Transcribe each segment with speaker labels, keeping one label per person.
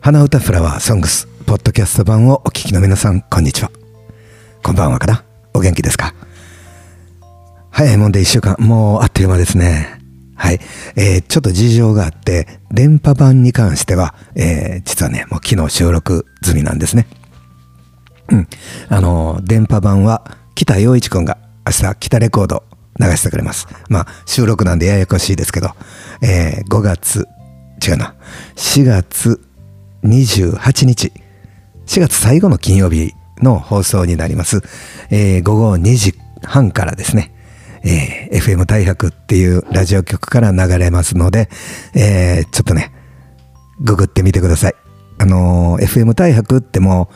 Speaker 1: 花歌フラワーソングスポッドキャスト版をお聞きの皆さんこんにちはこんばんはかなお元気ですか早いもんで1週間もうあっという間ですねはい、えー、ちょっと事情があって電波版に関しては、えー、実はねもう昨日収録済みなんですねうんあの電波版は北陽一君が明日北レコード流してくれますまあ収録なんでややこしいですけど、えー、5月違うな4月28日4月最後の金曜日の放送になります、えー、午後2時半からですね、えー、FM 大白っていうラジオ局から流れますので、えー、ちょっとねググってみてくださいあのー、FM 大白っても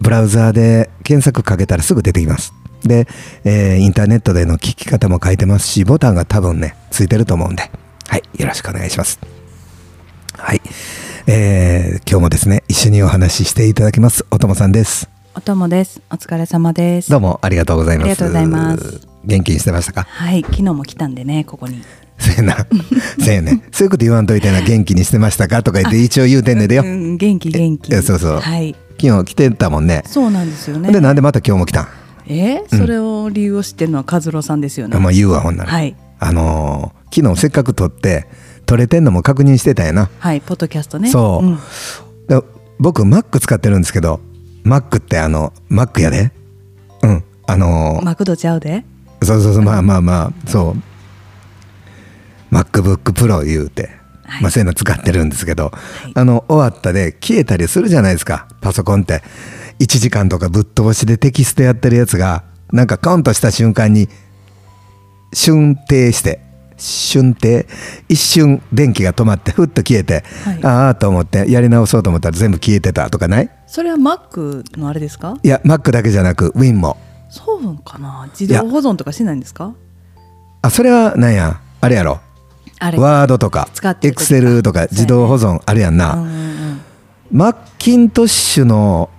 Speaker 1: うブラウザーで検索かけたらすぐ出てきますで、えー、インターネットでの聞き方も書いてますしボタンが多分ねついてると思うんではいよろしくお願いしますはいえー、今日もですね一緒にお話ししていただきますおともさんです
Speaker 2: おともですお疲れ様です
Speaker 1: どうもありがとうございます
Speaker 2: ありがとうございます
Speaker 1: 元気にしてましたか
Speaker 2: はい昨日も来たんでねここに、
Speaker 1: せやなせやねそういうこと言わんといてな元気にしてましたかとか言って一応言うてんねでよ、うん
Speaker 2: 元気元気
Speaker 1: そうそう
Speaker 2: はい
Speaker 1: 昨日来てたもんね
Speaker 2: そうなんですよね
Speaker 1: でなんでまた今日も来たん
Speaker 2: えー、それを理由を知ってるのは和郎さんですよね、
Speaker 1: うん、まあ言うわほんなら
Speaker 2: はい
Speaker 1: あのー、昨日せっかく撮って撮れてんのも確認してたんやな
Speaker 2: はいポッドキャストね
Speaker 1: そう、うん、僕 Mac 使ってるんですけど Mac ってあの Mac やでうんあの
Speaker 2: ー、マクドちゃうで
Speaker 1: そうそうそうまあまあまあそう MacBookPro 言うて、はい、まあ、そういうの使ってるんですけど、はい、あの終わったで消えたりするじゃないですかパソコンって1時間とかぶっ通しでテキストやってるやつがなんかカウントした瞬間に瞬停して瞬停一瞬電気が止まってふっと消えて、はい、ああと思ってやり直そうと思ったら全部消えてたとかない
Speaker 2: それは Mac のあれですか
Speaker 1: いや Mac だけじゃなく Win も
Speaker 2: そうかな自動保存とかしないんですか
Speaker 1: あそれはなんやあれやろあれワードとかエクセルとか自動保存あるやんな、うんうん、マッキントッシュの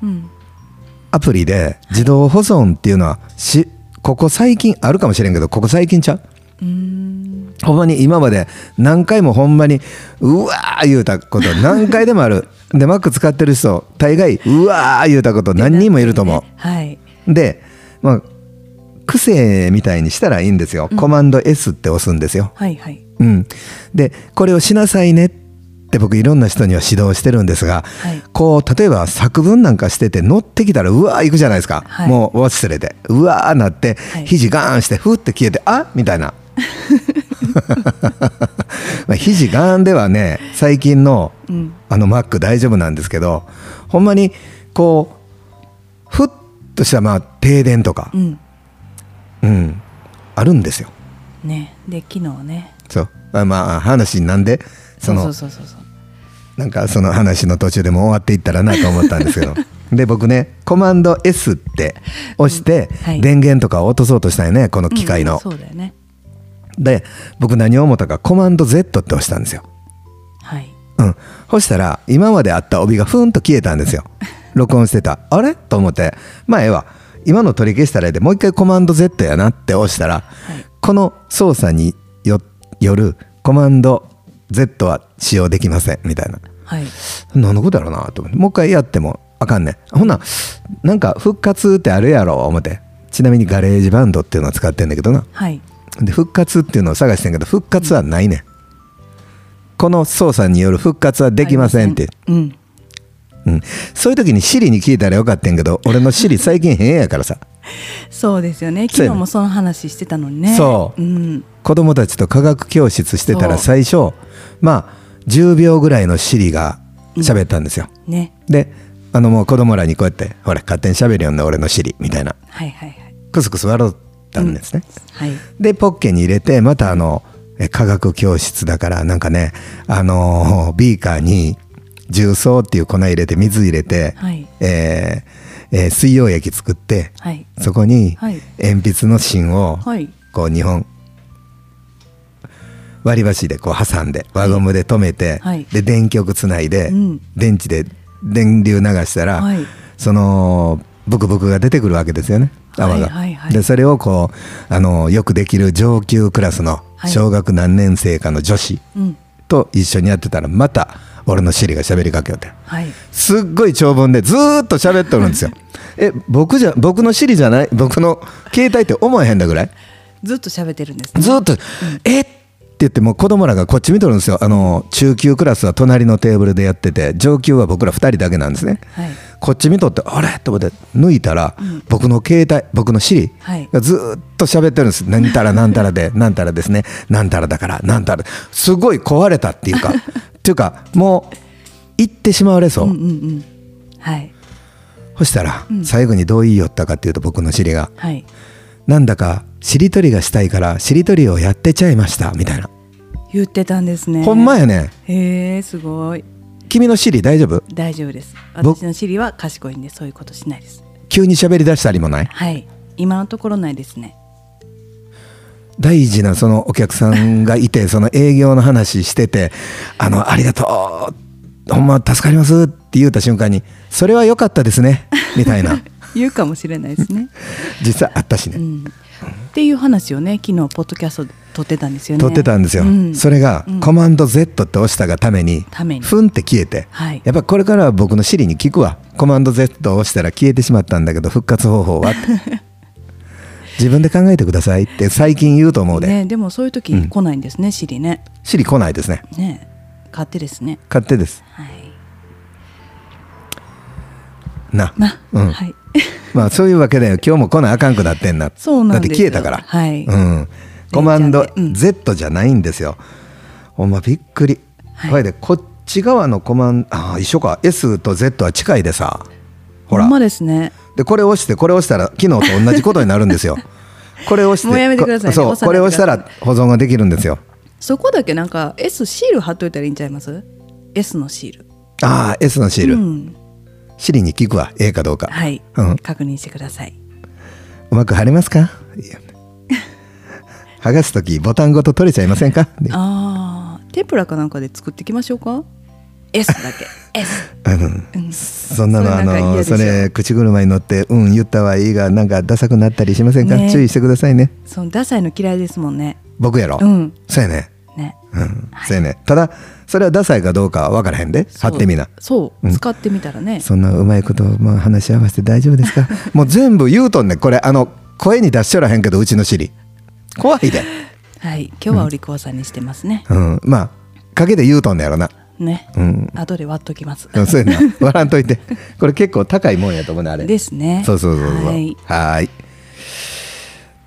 Speaker 1: アプリで自動保存っていうのはしここ最近あるかもしれんけどここ最近ちゃううんほんまに今まで何回もほんまにうわー言うた こと何回でもあるでマック使ってる人大概うわー言うたこと何人もいると思う。
Speaker 2: ね、はい、
Speaker 1: で、まあ、癖みたいにしたらいいんですよ、うん、コマンド S って押すんですよ。
Speaker 2: はいはい
Speaker 1: うん、でこれをしなさいねって僕いろんな人には指導してるんですが、はい、こう例えば作文なんかしてて乗ってきたらうわー行くじゃないですか、はい、もう忘れてうわーなって、はい、肘ガーンしてふって消えてあみたい なまあ、肘ガーンではね最近の、うん、あのマック大丈夫なんですけどほんまにこうふっとしたまあ停電とか、うん、うん、あるんですよ。
Speaker 2: ねで昨日ね
Speaker 1: そうあまあ話なんでその
Speaker 2: そうそうそう、
Speaker 1: なんかその話の途中でも終わっていったらなと思ったんですけ どで僕ねコマンド S って押して、うんはい、電源とかを落とそうとしたよねこの機械の、うん
Speaker 2: そうだよね
Speaker 1: で僕何を思ったかコマンド Z って押したんですよ
Speaker 2: はい
Speaker 1: うんそしたら今まであった帯がふんと消えたん ですよ録音してたあれと思ってまあええわ今の取り消したらええでもう一回コマンド Z やなって押したら、はい、この操作によるコマンド Z は使用できませんみたいな、
Speaker 2: はい、
Speaker 1: 何のことやろうなと思ってもう一回やってもあかんねんほななんか復活ってあるやろ思ってちなみにガレージバンドっていうのを使ってんだけどな、
Speaker 2: はい、
Speaker 1: で復活っていうのを探してんけど復活はないねん、うん、この操作による復活はできませんって、
Speaker 2: うん、
Speaker 1: うん、そういう時にシリに聞いたらよかったんけど俺のシリ最近変やからさ
Speaker 2: そうですよね昨日もその話してたのにね
Speaker 1: そう、うん、子供たちと科学教室して たら最初まあ10秒ぐらいのシリが喋ったんですよ、
Speaker 2: うん、ね、
Speaker 1: であのもう子供らにこうやってほら勝手に喋るような俺のシリみたいな、
Speaker 2: はいはいはい、
Speaker 1: クスクス笑ったんですね、
Speaker 2: うん、はい、
Speaker 1: でポッケに入れてまたあの科学教室だからなんかねあのー、ビーカーに重曹っていう粉入れて水入れて、はい、えー、えー、水溶液作って、
Speaker 2: はい、
Speaker 1: そこに鉛筆の芯をこう2本割り箸でこう挟んで輪ゴムで留めて、
Speaker 2: はい、
Speaker 1: で電極つないで、うん、電池で電流流したら、そのブクブクが出てくるわけですよね泡が。
Speaker 2: はいはいはい、
Speaker 1: でそれをこうあのよくできる上級クラスの小学何年生かの女子と一緒にやってたらまた、俺のシリが喋りかけようって
Speaker 2: はい。
Speaker 1: すっごい長文でずーっと喋っとるんです よえ僕じゃ僕のシリじゃない僕の携帯って思えへんだぐらい
Speaker 2: ずっと喋ってるんです、ね。
Speaker 1: ずーっと「えっ!」って言ってもう子供らがこっち見とるんですよあの中級クラスは隣のテーブルでやってて上級は僕ら2人だけなんですね、
Speaker 2: はい
Speaker 1: こっち見とってあれと思って抜いたら、僕の携帯僕のシリ
Speaker 2: はい
Speaker 1: がずーっと喋ってるんです何たらなんたら でなんたらですねなんたらだからなんたらすごい壊れたって いうかっていうかもう行ってしまわれそう、
Speaker 2: うんうんうん。はい。
Speaker 1: そしたら、最後にどう言いよったかっていうと僕の尻が
Speaker 2: はい。
Speaker 1: なんだかしりとりがしたいからしりとりをやってちゃいましたみたいな、
Speaker 2: 言ってたんですね。
Speaker 1: ほんまやね
Speaker 2: へえ、すごい。
Speaker 1: 君の尻大丈夫
Speaker 2: 大丈夫です。
Speaker 1: 僕
Speaker 2: 私の尻は賢いんで、そういうことしないです。
Speaker 1: 急に喋り出したりもない
Speaker 2: はい。今のところないですね。
Speaker 1: 大事なそのお客さんがいてその営業の話してて「あのありがとうほんま助かります」って言った瞬間に「それは良かったですね」みたい な
Speaker 2: 言うかもしれな いですね。
Speaker 1: 実際あったしね、
Speaker 2: うん。っていう話をね、昨日ポッドキャストで撮ってたんですよね。
Speaker 1: 撮ってたんですよ、
Speaker 2: うん
Speaker 1: それが、
Speaker 2: うん
Speaker 1: コマンド Z って押したがために
Speaker 2: ために
Speaker 1: ふんって消えて、
Speaker 2: はい
Speaker 1: やっぱこれからは僕の Siri に聞くわコマンド Z を押したら消えてしまったんだけど復活方法 はって自分で考えてくださいって最近言うと思うで、
Speaker 2: ね、でもそう
Speaker 1: う
Speaker 2: いう
Speaker 1: ん
Speaker 2: 時来ないんですね、尻ね。
Speaker 1: Siri 来ないですね
Speaker 2: ね、勝手ですね。
Speaker 1: 勝手です
Speaker 2: はい。
Speaker 1: な、
Speaker 2: まあ、
Speaker 1: うん
Speaker 2: はい。
Speaker 1: まあそういうわけで今日も来なあかんくなってんな
Speaker 2: そうなん
Speaker 1: だっ
Speaker 2: です
Speaker 1: て消
Speaker 2: よ
Speaker 1: えたから、
Speaker 2: はい
Speaker 1: うん、コマンド
Speaker 2: 連チャンで
Speaker 1: Z じゃないんですよ、ほんまびっくり、
Speaker 2: はい
Speaker 1: ほいでこっち側のコマンドああ一緒か S と Z は近いでさほら
Speaker 2: んまですね。
Speaker 1: でこれ押してこれ押したら昨日と同じことになるん ですよこれ押して
Speaker 2: もうやめてくださいね
Speaker 1: こそ
Speaker 2: 押さ
Speaker 1: う
Speaker 2: な
Speaker 1: こ
Speaker 2: い
Speaker 1: れ
Speaker 2: でく
Speaker 1: 押
Speaker 2: だ
Speaker 1: し
Speaker 2: さ
Speaker 1: たら
Speaker 2: い
Speaker 1: 保存ができるんですよ
Speaker 2: そこだけなんか S シール貼っといたらいいんちゃいます ?S のシール。
Speaker 1: ああ S のシール、
Speaker 2: うん。
Speaker 1: シリに聞くわ A かどうか、
Speaker 2: はい、
Speaker 1: うん、
Speaker 2: 確認してください。
Speaker 1: うまく貼れますかいや剥がす時ボタンごと取れちゃいませんかで
Speaker 2: ああ、天ぷらかなんかで作っていきましょうか ?S だけ。S。
Speaker 1: あの、
Speaker 2: うん
Speaker 1: そんなの
Speaker 2: そ
Speaker 1: あ
Speaker 2: れなんか嫌
Speaker 1: の
Speaker 2: でし
Speaker 1: そ
Speaker 2: ょ
Speaker 1: れ口車に乗ってうん言ったはいいがなんかダサくなったりしませんか、
Speaker 2: ね
Speaker 1: 注意してくださいね
Speaker 2: そのダサいの嫌いですもんね。
Speaker 1: 僕やろ、
Speaker 2: うん
Speaker 1: そうやね
Speaker 2: ね。
Speaker 1: うん、そうやねただそれはダサいかどうかは分からへんで貼
Speaker 2: そう
Speaker 1: ってみな
Speaker 2: そう、
Speaker 1: うん
Speaker 2: 使ってみたらね。
Speaker 1: そんなうまいこと、まあ、話し合わせて大丈夫 ですかもう全部言うとんねんこれあの声に出しちょらへんけどうちの尻怖いで、
Speaker 2: はい。今日はお利口さんにしてますね。
Speaker 1: うん、まあ陰で言うとんねやろな
Speaker 2: ね。
Speaker 1: うん
Speaker 2: 後で割っときます。
Speaker 1: うんそうやな笑んといてこれ結構高いもんやと思うねあれ
Speaker 2: ですね。
Speaker 1: そうそうそうそうは
Speaker 2: は
Speaker 1: ーい
Speaker 2: い。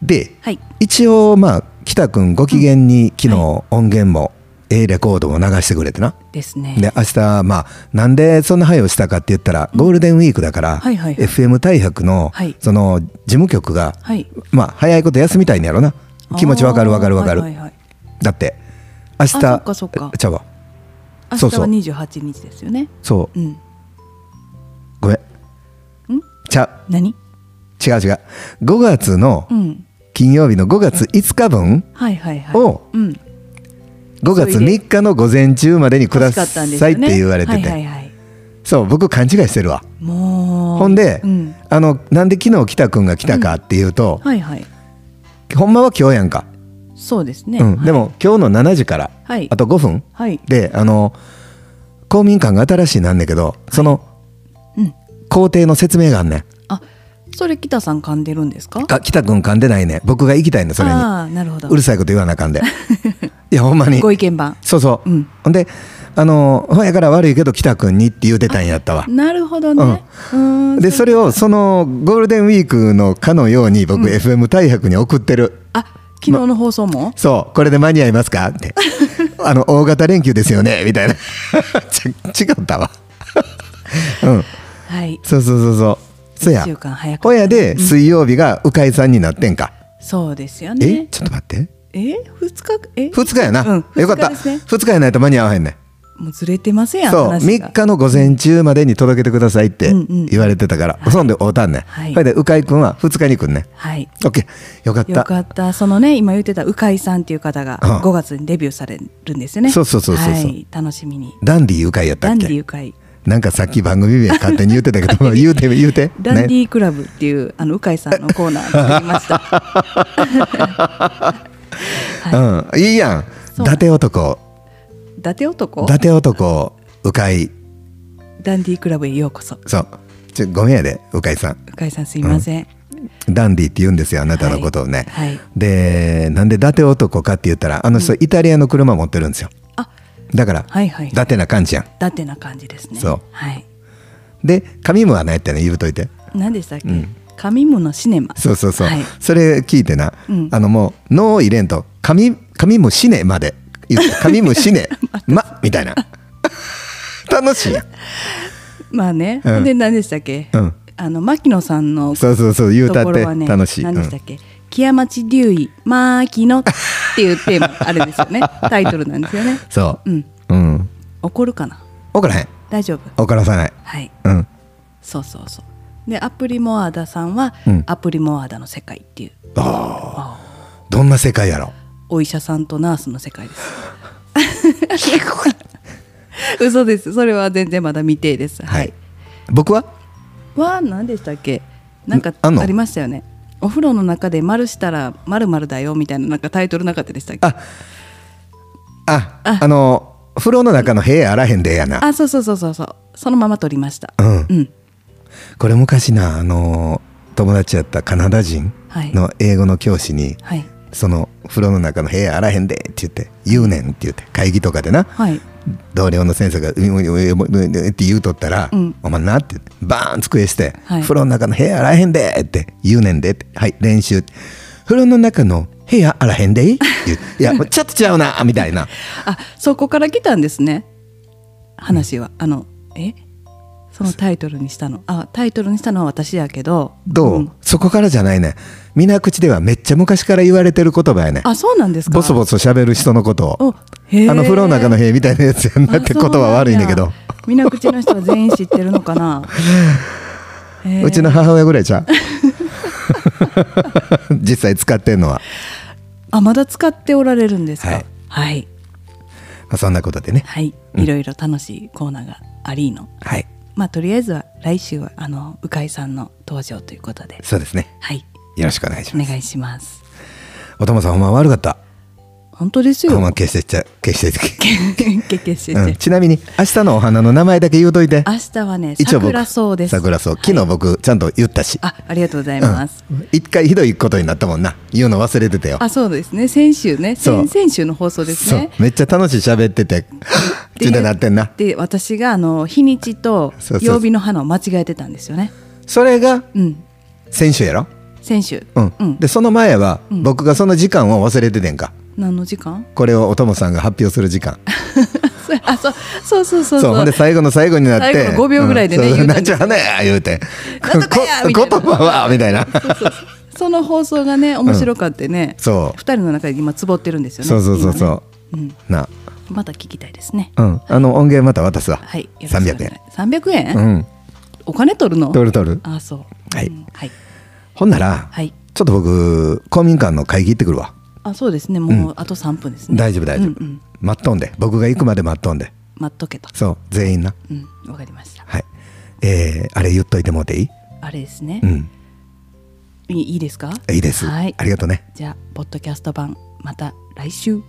Speaker 1: で、
Speaker 2: はい
Speaker 1: 一応まあ北くんご機嫌に昨日音源も、ええレコードも流してくれてな、
Speaker 2: ですね。
Speaker 1: で明日まあなんでそんな配慮したかって言ったら、ゴールデンウィークだから、
Speaker 2: はいはいはい
Speaker 1: FM 大白の、
Speaker 2: はい
Speaker 1: その事務局が、
Speaker 2: はい
Speaker 1: まあ早いこと休みたいんやろな気持ちわかるわかるわかる、
Speaker 2: あーはいはいはい
Speaker 1: だって明日
Speaker 2: あそっかそっか
Speaker 1: ちゃうわ
Speaker 2: 明日
Speaker 1: そう
Speaker 2: は
Speaker 1: そう
Speaker 2: 28日ですよね。
Speaker 1: そう
Speaker 2: うん。
Speaker 1: ごめん
Speaker 2: ん
Speaker 1: ちゃう
Speaker 2: 何
Speaker 1: 違う違う5月の
Speaker 2: うん。
Speaker 1: 金曜日の5月5日分
Speaker 2: はいはいはい。
Speaker 1: を
Speaker 2: うん。
Speaker 1: 5月3日の午前中までにくだ
Speaker 2: 欲しかったんです
Speaker 1: さい
Speaker 2: よ
Speaker 1: っ
Speaker 2: ね
Speaker 1: て言われて
Speaker 2: はいはい
Speaker 1: て
Speaker 2: はい。
Speaker 1: そう僕勘違いしてるわ
Speaker 2: もう。
Speaker 1: ほんで、
Speaker 2: うん。
Speaker 1: あのなんで昨日北くんが来たかっていうと、
Speaker 2: はいはい。
Speaker 1: ほんまは今日やんか、
Speaker 2: そうですね。
Speaker 1: うん、でも今日の7時から、
Speaker 2: はい
Speaker 1: あと5分
Speaker 2: はい。
Speaker 1: であの公民館が新しいなんだけどその
Speaker 2: うん。
Speaker 1: 工程の説明があんね
Speaker 2: あ、それ北さん噛んでるんですか
Speaker 1: ん。か北くん噛んでないね僕が行きたいねそれに
Speaker 2: ああ、なるほど
Speaker 1: う。るさいこと言わなあかん でいやほんまに
Speaker 2: ご意見番。
Speaker 1: そうそう、
Speaker 2: うん
Speaker 1: ほんであのほんやから悪いけど北くんにって言うてたんやったわ
Speaker 2: なるほどね。うん。
Speaker 1: でそれをそのゴールデンウィークのかのように僕、FM 大白に送ってる
Speaker 2: あ、昨日の放送も。
Speaker 1: そうこれで間に合いますかって あの大型連休ですよねみたいな ち違ったわ うん
Speaker 2: はい。
Speaker 1: そうそうそうそうそや
Speaker 2: 一週間早く
Speaker 1: ほやで水曜日がうかいさんになってんか、
Speaker 2: そうですよ
Speaker 1: え
Speaker 2: ね。
Speaker 1: ちょっと待って
Speaker 2: え、二日、え、
Speaker 1: 2日やな、
Speaker 2: うん
Speaker 1: よかった
Speaker 2: 二日ですね
Speaker 1: 2日やないと間に合わへんねん
Speaker 2: もうずれてますやん。
Speaker 1: そう
Speaker 2: 話
Speaker 1: 3
Speaker 2: が
Speaker 1: 日の午前中までに届けてくださいって
Speaker 2: うんうん
Speaker 1: 言われてたから、そんで会うたんねん、
Speaker 2: はい
Speaker 1: それで鵜飼君は2日に来んねん
Speaker 2: はい。
Speaker 1: オッケーよかった
Speaker 2: よかった、そのね、今言ってた鵜飼さんっていう方が、
Speaker 1: うん
Speaker 2: 5月にデビューされるんですよね。
Speaker 1: そうそうそうそうそう
Speaker 2: はい、楽しみに。
Speaker 1: ダンディー鵜飼やった
Speaker 2: ダ
Speaker 1: っ
Speaker 2: ンディ
Speaker 1: け
Speaker 2: 鵜飼、
Speaker 1: なんかさっき番組名勝手に言ってたけど言うて言うて
Speaker 2: ダンデ
Speaker 1: ね、
Speaker 2: ィクラブっていう、あの鵜飼さんのコーナー作りま した。はい
Speaker 1: うんいいやん
Speaker 2: そう
Speaker 1: 伊達男
Speaker 2: 伊達男
Speaker 1: 伊。達男うかい
Speaker 2: ダンディークラブへようこそ
Speaker 1: そうちょごめんやでうかいさん
Speaker 2: 深井さんすいません、
Speaker 1: ダンディって言うんですよあなたのことをね、
Speaker 2: はいはい
Speaker 1: でなんで伊達男かって言ったらあの人、イタリアの車持ってるんですよ
Speaker 2: あ
Speaker 1: だから、
Speaker 2: はいはい
Speaker 1: 伊達な感じやん
Speaker 2: だってな感じですね
Speaker 1: そう
Speaker 2: はい
Speaker 1: で髪もはないってね言うといて
Speaker 2: 何でしたっけ、上ものシネマ
Speaker 1: そうそうそう、
Speaker 2: はい
Speaker 1: それ聞いてな、
Speaker 2: うん
Speaker 1: あのもう「の」を入れんと「髪髪も死ね」まで言 って「髪も死ね」「ま」みたいな楽しいやん
Speaker 2: まあね、
Speaker 1: うん
Speaker 2: で何でしたっけ、
Speaker 1: うん
Speaker 2: あの牧野さんの
Speaker 1: そうそうそう言うた
Speaker 2: と
Speaker 1: っ
Speaker 2: こ
Speaker 1: て
Speaker 2: ろはね
Speaker 1: 楽しい、
Speaker 2: 何
Speaker 1: う
Speaker 2: で
Speaker 1: ん
Speaker 2: したっけ、木屋町竜医牧野っていうテーマあれです よねタイトルなんですよね
Speaker 1: そうう、
Speaker 2: ん
Speaker 1: うん、
Speaker 2: 怒るかな
Speaker 1: 怒らへん
Speaker 2: 大丈夫
Speaker 1: 怒らさない
Speaker 2: はい
Speaker 1: うん
Speaker 2: そうそうそうでアプリモアダさんは、
Speaker 1: うん
Speaker 2: アプリモアダの世界っていう
Speaker 1: どんな世界やろ
Speaker 2: お医者さんとナースの世界です 嘘ですそれは全然まだ未定です
Speaker 1: は、
Speaker 2: はいい
Speaker 1: 僕は
Speaker 2: は何でしたっけなんか
Speaker 1: あんの
Speaker 2: ありましたよねお風呂の中で丸したら丸々だよみたいななんかタイトルなかったでしたっけ
Speaker 1: あああの風呂の中の部屋あらへんでええやな
Speaker 2: あそうそうそうそうそうそのまま撮りました
Speaker 1: うん
Speaker 2: うん
Speaker 1: これ昔なあの友達やったカナダ人の英語の教師に、
Speaker 2: はい
Speaker 1: その風呂の中の部屋あらへんでって言って言うねんって言って会議とかでな
Speaker 2: はい
Speaker 1: 同僚の先生が「ういういういうって言うとったら「
Speaker 2: うん
Speaker 1: お前な」ってバーン机して「
Speaker 2: はい
Speaker 1: 風呂の中の部屋あらへんで」って言うねんでって「はい練習」「風呂の中の部屋あらへんで」って言う「いやもうちょっとちゃうな」みたいな
Speaker 2: あそこから来たんですね話はあのえそのタイトルにしたのあタイトルにしたのは私やけど
Speaker 1: どう、
Speaker 2: ん
Speaker 1: そこからじゃないねん皆口ではめっちゃ昔から言われてる言葉やねん
Speaker 2: あそうなんですか
Speaker 1: ボソボソ喋る人のことを
Speaker 2: おへー
Speaker 1: あの風呂の中の部屋みたいなやつやんなって言葉悪いねんけど
Speaker 2: 皆口の人は全員知ってるのかなへー
Speaker 1: うちの母親ぐらいちゃう 実際使ってんのは、
Speaker 2: あまだ使っておられるんですか
Speaker 1: は
Speaker 2: はいいはい、
Speaker 1: まあ、そんなことでね
Speaker 2: い、ろいろ楽しいコーナーがありの、
Speaker 1: はい
Speaker 2: まあとりあえずは来週はあの鵜飼さんの登場ということで
Speaker 1: そうですね
Speaker 2: はい
Speaker 1: よろしくお願いし
Speaker 2: お
Speaker 1: ます
Speaker 2: 願いします
Speaker 1: おともさんほんま悪かった
Speaker 2: 本当です
Speaker 1: ほん
Speaker 2: よ
Speaker 1: ま消してっちゃ消してっち
Speaker 2: けけし
Speaker 1: ゃう、うん、ちなみに明日のお花の名前だけ言うといて
Speaker 2: 明日はね
Speaker 1: 一応僕
Speaker 2: 桜そうです
Speaker 1: 桜草昨
Speaker 2: は
Speaker 1: 日
Speaker 2: い
Speaker 1: 僕ちゃんと言ったし、
Speaker 2: あありがとうございます、
Speaker 1: うん一回ひどいことになったもんな言うの忘れてたよ
Speaker 2: あそうですね先週ね
Speaker 1: そう
Speaker 2: 先先週の放送ですね
Speaker 1: そうめっちゃ楽しい喋って てちゅうてなってんな
Speaker 2: で私があの日にちと
Speaker 1: そうそうそう
Speaker 2: 曜日の花を間違えてたんですよね
Speaker 1: それが
Speaker 2: うん
Speaker 1: 先週やろ
Speaker 2: 先週
Speaker 1: うん、でその前は僕がその時間を忘れててんか
Speaker 2: 何の時間
Speaker 1: これをおともさんが発表する時間
Speaker 2: そうあそうそう そうそう
Speaker 1: そうほんで最後の最後になって
Speaker 2: 最後の5秒ぐらいでね
Speaker 1: うんそう
Speaker 2: 言うた
Speaker 1: なん
Speaker 2: ん
Speaker 1: ち
Speaker 2: で
Speaker 1: ゃ
Speaker 2: す
Speaker 1: うね言うて
Speaker 2: なんとかや
Speaker 1: こ
Speaker 2: みたいな
Speaker 1: 言葉はみたいな
Speaker 2: その放送がね面白かってね、
Speaker 1: そう
Speaker 2: 2人の中で今つぼってるんですよね
Speaker 1: そうそうそうそう、
Speaker 2: 今ね
Speaker 1: な
Speaker 2: うん、また聞きたいですね、
Speaker 1: うんあの音源また渡すわ、
Speaker 2: はいよろしくお願い
Speaker 1: 300円
Speaker 2: 300円、
Speaker 1: うん
Speaker 2: お金取るの
Speaker 1: 取る取る
Speaker 2: あそう
Speaker 1: はい
Speaker 2: うんはい、
Speaker 1: ほんなら、
Speaker 2: はい
Speaker 1: ちょっと僕公民館の会議行ってくるわ
Speaker 2: あそうですねもうあと3分ですね、
Speaker 1: 大丈夫大丈夫、
Speaker 2: うんうん
Speaker 1: 待っとんで僕が行くまで待っとんで
Speaker 2: 待っとけと
Speaker 1: そう全員な
Speaker 2: うんわかりました
Speaker 1: はいえー、あれ言っといてもうていい
Speaker 2: あれですね、
Speaker 1: うん
Speaker 2: いいいですか
Speaker 1: いいです、
Speaker 2: はい
Speaker 1: ありがとうね
Speaker 2: じゃあポッドキャスト版また来週